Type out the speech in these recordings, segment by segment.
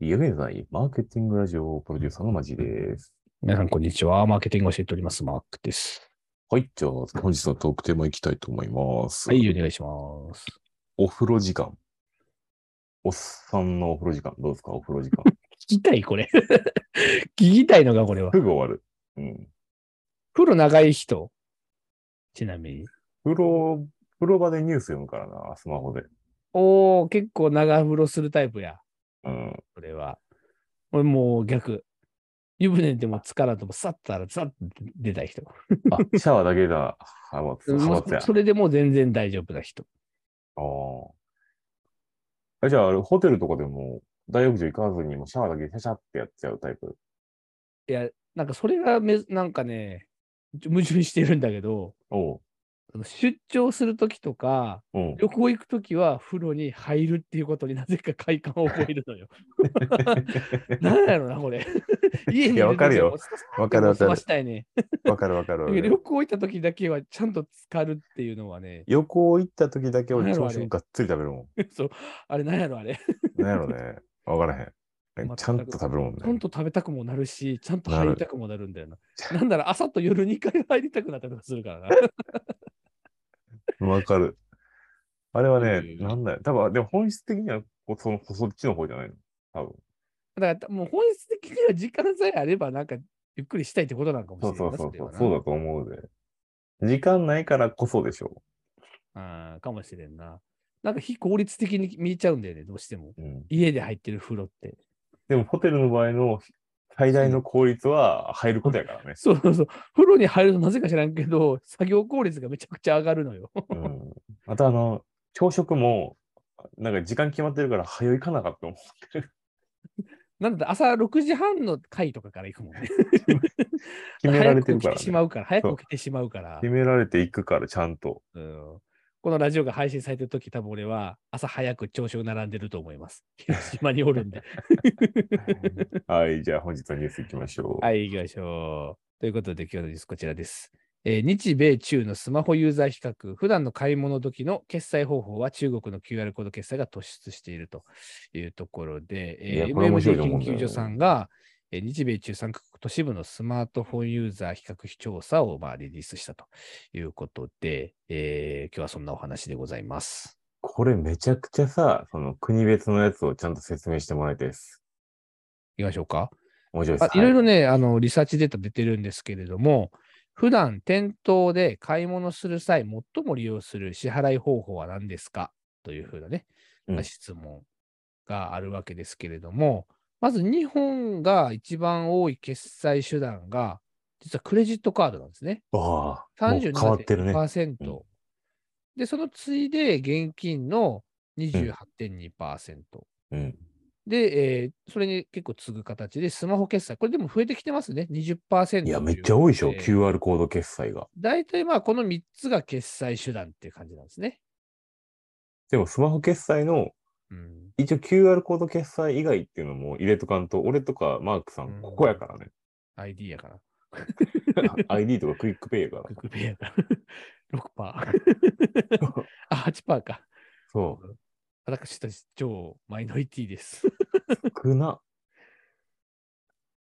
イエベーザイ、マーケティングラジオプロデューサーのマジです。皆さん、こんにちは。マーケティングを教えております。マークです。はい、じゃあ、本日のトークテーマいきたいと思います。はい、お願いします。お風呂時間。おっさんのお風呂時間、どうですかお風呂時 間。聞きたい、これ。 聞きたいのが、これは。すぐ終わる。うん。風呂長い人。ちなみに。風呂、風呂場でニュース読むからな、スマホで。おー、結構長風呂するタイプや。うん。これは。俺もう逆。湯船でも疲れても、さっと洗って、さっと出たい人。あ、シャワーだけだ、ハマツ、ハもマうツや。それでもう全然大丈夫な人。あーあ。じゃあ、ホテルとかでも、大浴場行かずに、もうシャワーだけシャシャってやっちゃうタイプ。いや、なんかそれがめ、なんかね、矛盾してるんだけど、おう。その出張するときとか、うん。旅行行くときは風呂に入るっていうことになぜか快感を覚える のよ。なんやろな、これ。家にいいやわかるよわわかるわかるしたいね。わかるわかるだけ ど旅行行ったときだけはちゃんと浸かるっていうのはね、 旅行行った時だけなん俺やろ朝あれ食がっつり食べるもあれなんやろ、あれ。ん。なんやろ ね。わからへ全ん。くちゃんと食べるもんちゃん ね。と食べたくもなるし、ちゃんとなる入りたくもなるんだよな。なんなら朝と夜2回入りたくなったりとかするからな。 わかる。あれはね、うんなんだよ。多分、でも本質的にはこそのそっちの方じゃないの。多分。だからもう本質的には時間さえあれば、なんかゆっくりしたいってことなのかもしそれうないそうそな。うれそはう。なそうだと思うで。時間ないからこそでしょ。あーかもしれんな。なんか非効率的に見えちゃうんだよね、どうしても。うん、家で入ってる風呂って。でもホテルの場合の最大の効率は入ることや からね。そうそうそう。風呂に入るとなぜか知らんけど、作業効率がめちゃくちゃ上がるのよ。 うん、あとあの、朝食も、なんか時間決まってるから早いかなかったもん。なんだって朝6時半の回とかから行くもんね。 決められてるか早くら、起きてしね。まうから、早く起きてしまうから。決められていくから、ちゃんと。うんこのラジオが配信されてる時多分俺は朝早く朝食並んでると思います。広島におるんで。 はい、じゃあ本日のニュースいきましょう。はい、行きましょう。ということで、今日のニュースこちらです。えー日米中のスマホユーザー比較、普段の買い物時の決済方法は中国の QR コード決済が突出しているというところで、いえやーこれ面白 MMD いと思うんだよ研ね究所さんが、えー日米中3カ国都市部のスマートフォンユーザー比較調査を、まあ、リリースしたということで、えー今日はそんなお話でございます。これめちゃくちゃさ、その国別のやつをちゃんと説明してもらいたいです。いきましょうか。面白いであす。いろいろね。ね、あの、リサーチデータ出てるんですけれども、普段店頭で買い物する際、最も利用する支払い方法は何ですかというふうなね、うん質問があるわけですけれども、まず日本が一番多い決済手段が、実はクレジットカードなんですね。ああ、もう変わってるね。 37.2%。うんで、その次いで現金の28.2%。うん。で、えーそれに結構次ぐ形で、スマホ決済。これでも増えてきてますね。20%。いや、めっちゃ多いでしょ、とうこと QR コード決済が。大体まあ、この3つが決済手段っていう感じなんですね。でもスマホ決済の、うん。一応 QR コード決済以外っていうのも入れとかんと、俺とかマークさうんん、ここやからね。 ID やから。 ID とかクイックペイやからク。ックペイや から。6%。あ、8%か。そ私たち超マイノリティです。 う。少な。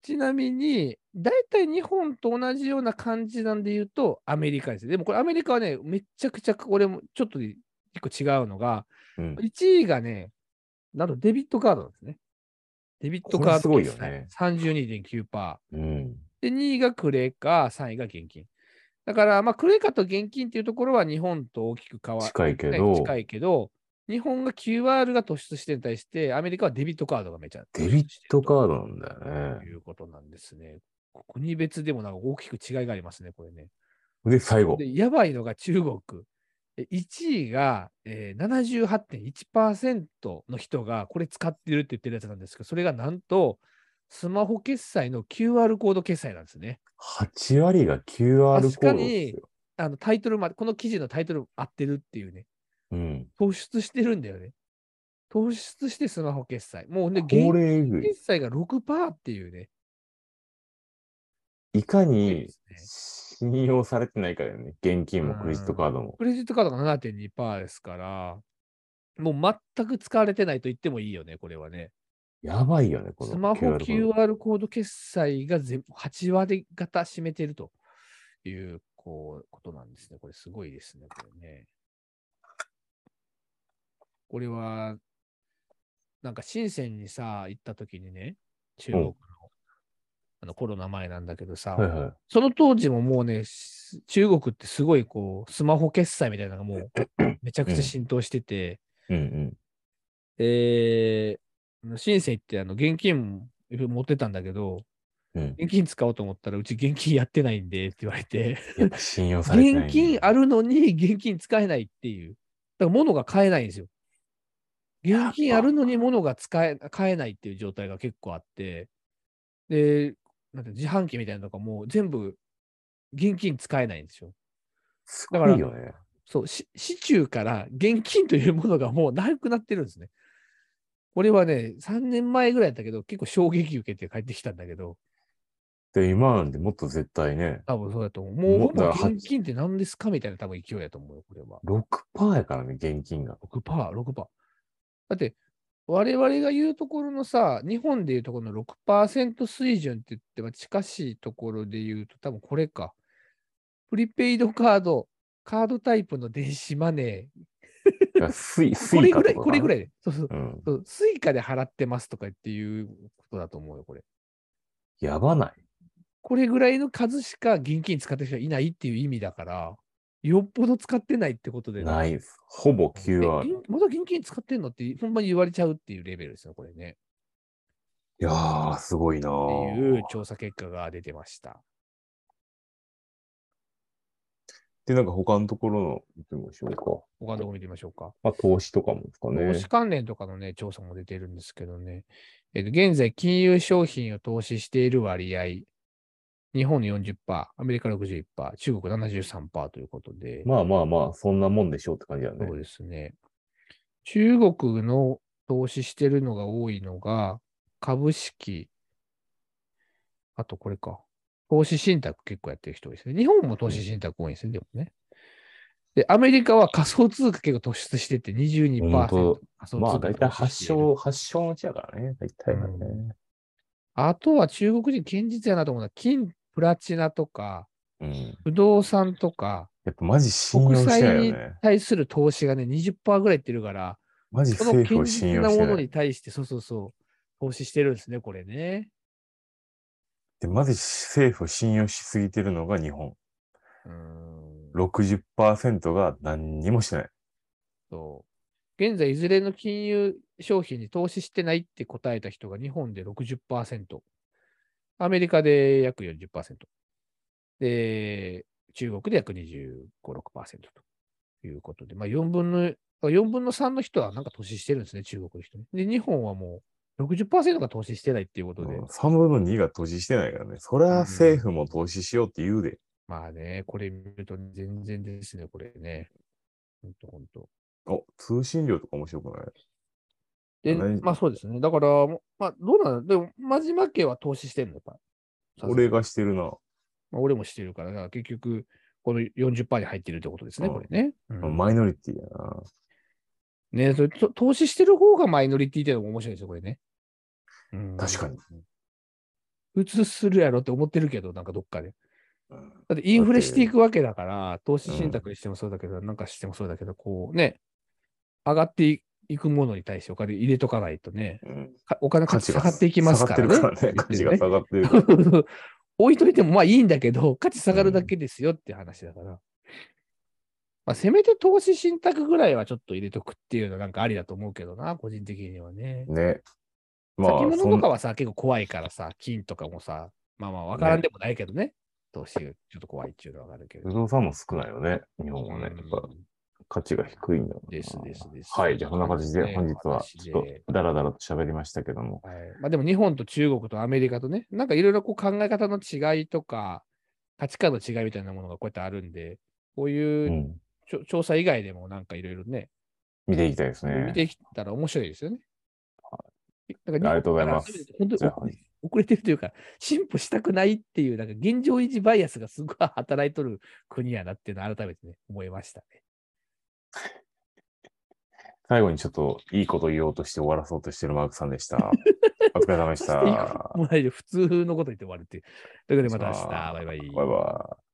ちなみに、大体日本と同じような感じなんで言うと、アメリカですね。でもこれアメリカはね、めちゃくちゃ、これもちょっと一個違うのが、うん。 1位がね、なんとデビットカードなんですね。デビットカードこれすごいよね決済32.9%。うん。で、2位がクレカ、3位が現金。だから、まあ、クレカと現金っていうところは日本と大きく変わ近いけねど、近いけど、日本が QR が突出してるに対して、アメリカはデビットカードがめちゃデビットカーードなんだよとね。いうことなんですね。国別でもなんか大きく違いがありますね、これね。で、最後。で、やばいのが中国。1位が、えー、78.1%の人がこれ使ってるって言ってるやつなんですけど、それがなんと、スマホ決済の QR コード決済なんですね。 8割が QR コード確かですによ。あのタイトルまで、この記事のタイトル合ってるっていうね、うん。突出してるんだよね。突出してスマホ決済。もうね、現これえぐ金い。決済が6%っていうね。いかいいにですね信用されてないかだよね。現金もうんクレジットカードも。クレジットカードが7.2%ですから、もう全く使われてないと言ってもいいよね、これはね。やばいよね、このスマホ QR コー QR コード決済が全部8割方占めてるというこうことなんですね。これすごいですね。これねこれは、なんか深センにさ、行った時にね、中国の,、うんあのコロナ前なんだけどさ、ドはいはい。その当時ももうね、し中国ってすごいこう、スマホ決済みたいなのが もうめちゃくちゃ浸透してて、うんうん。えー、シンセイってあの現金持ってたんだけど、うん、現金使おうと思ったら、うち現金やってないんでって言われて、やっぱ信用されてない、現金あるのに現金使えないっていう。だから物が買えないんですよ。現金あるのに物が使え買えないっていう状態が結構あって、で、なんて自販機みたいなのとかもう全部現金使えないんですよ。すだかごらいよね。そう、し市中から現金というものがもうなくなってるんですね。これはね、3年前ぐらいだったけど、結構衝撃受けて帰ってきたんだけど、で、今なんてもっと絶対ね、多分そうだと思う。もうもほだからぼは現金って何ですかみたいな多分勢いだと思うよ、これは。 6%やからね、現金 が。 6%、6%。だって、我々が言うところのさ、日本でいうところの6%水準って言って、まあ近しいところで言うと、多分これか。プリペイドカード、カードタイプの電子マネいやスイー。スこイれカぐとらい、かこれぐらい。いで。そうそう。うん。そうスイカで払ってますとかっていうことだと思うよ、これ。やばない。これぐらいの数しか現金使ってる人はいないっていう意味だから、よっぽど使ってないってことで。ないです。ほぼえ QR。い現まだ現金使ってんのって、ほんまに言われちゃうっていうレベルですね、これね。やー、すごいなっーていう調査結果が出てました。で、なんか他のところの見てみましょうか。他のとこ見てみましょうか。まあ、投資とかもですか投ね資。関連とかのね、調査も出てるんですけどね。えっと、現在、金融商品を投資している割合、日本の40%、アメリカ61%、中国73%ということで、まあまあまあ、そんなもんでしょうって感じだねそう。ですね。中国の投資してるのが多いのが、株式、あとこれか。投資信託結構やってる人多いですね。日本も投資信託多いですね、でもね。で、アメリカは仮想通貨結構突出してて22%。本当仮想まあ、通貨大投体資発している祥、発祥の地やからね。大体はね。あとは中国人堅実やなと思うのは、金、プラチナとか、うん。不動産とか、やっぱマジ信用国してない債よにね。対する投資がね、20%ぐらいいってるから、マジその政府堅を信実用なしもてのない。に対して、そうそうそう、投資してるんですね、これね。で、マジ政府を信用しすぎてるのが日本。うーん。 60%が何にもしてない。そう。現在、いずれの金融商品に投資してないって答えた人が日本で60%、アメリカで約40%、で、中国で約25、6%ということで、まあ4分の、あ4分の3の人はなんか投資してるんですね、中国の人ね。で、日本はもう60%が投資してないっていうことで、 3分の2が投資してないからね。そりゃ政府も投資しようって言うで。まあね、これ見ると全然ですね、これね。ほんとほんと。お、通信料とか面白くないで、はいまあそうですね。だから、もうまあどうなのでも、真島家は投資してるのやっぱ。さすがに俺、がしてるな。まあ俺もしてるから、だから結局、この40%に入ってるってことですね、うんこれね。うんマイノリティやな。ねそれと投資してる方がマイノリティっていうのも面白いですよ、これね。うん確かに。普通するやろって思ってるけど、なんかどっかで。うんだってインフレしていくわけだから、投資信託にしてもそうだけど、なんかしてもそうだけど、こうね、上がっていくものに対してお金入れとかないとね、うんかお金の価値下がっていきますからね。下がってる からね。価値が下がってる。 置いといてもまあいいんだけど、価値下がるだけですよって話だから。まあ、せめて投資信託ぐらいはちょっと入れとくっていうのなんかありだと思うけどな、個人的にはね。ね。まあ、先そん物とかはさ、結構怖いからさ、金とかもさ、まあまあわからんでもないけどね、投資ちょっと怖いっていうのはわかるけど不。動産も少ないよね。日本はね。やっぱうん価値が低いんだろうなですですですはい。じゃあ、こんな感じで、本日はちょっとダラダラと喋りましたけども。はいまあ、でも日本と中国とアメリカとね、なんかいろいろこう考え方の違いとか、価値観の違いみたいなものがこうやってあるんで、こうう。いうんちょ、調査以外でもなんかいろいろね、見ていきたいですね。見てきたら面白いですよね。あありがとうございます。本当じゃにあ遅れ遅れてるというか、進歩したくないっていう、なんか現状維持バイアスがすごい働いとる国やなっていうのを改めてね、思いましたね。最後にちょっといいこと言おうとして終わらそうとしてるマークさんで した。お疲れ様でした。もうないで普通のこと言って終わるっていう。ということでまた明さ日あ。バイバイ。バイバイ。